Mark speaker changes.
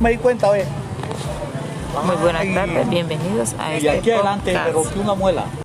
Speaker 1: Me di cuenta, oye.
Speaker 2: Muy buenas tardes, bienvenidos a
Speaker 1: Y
Speaker 2: este
Speaker 1: aquí adelante,
Speaker 2: podcast.
Speaker 1: pero que una muela.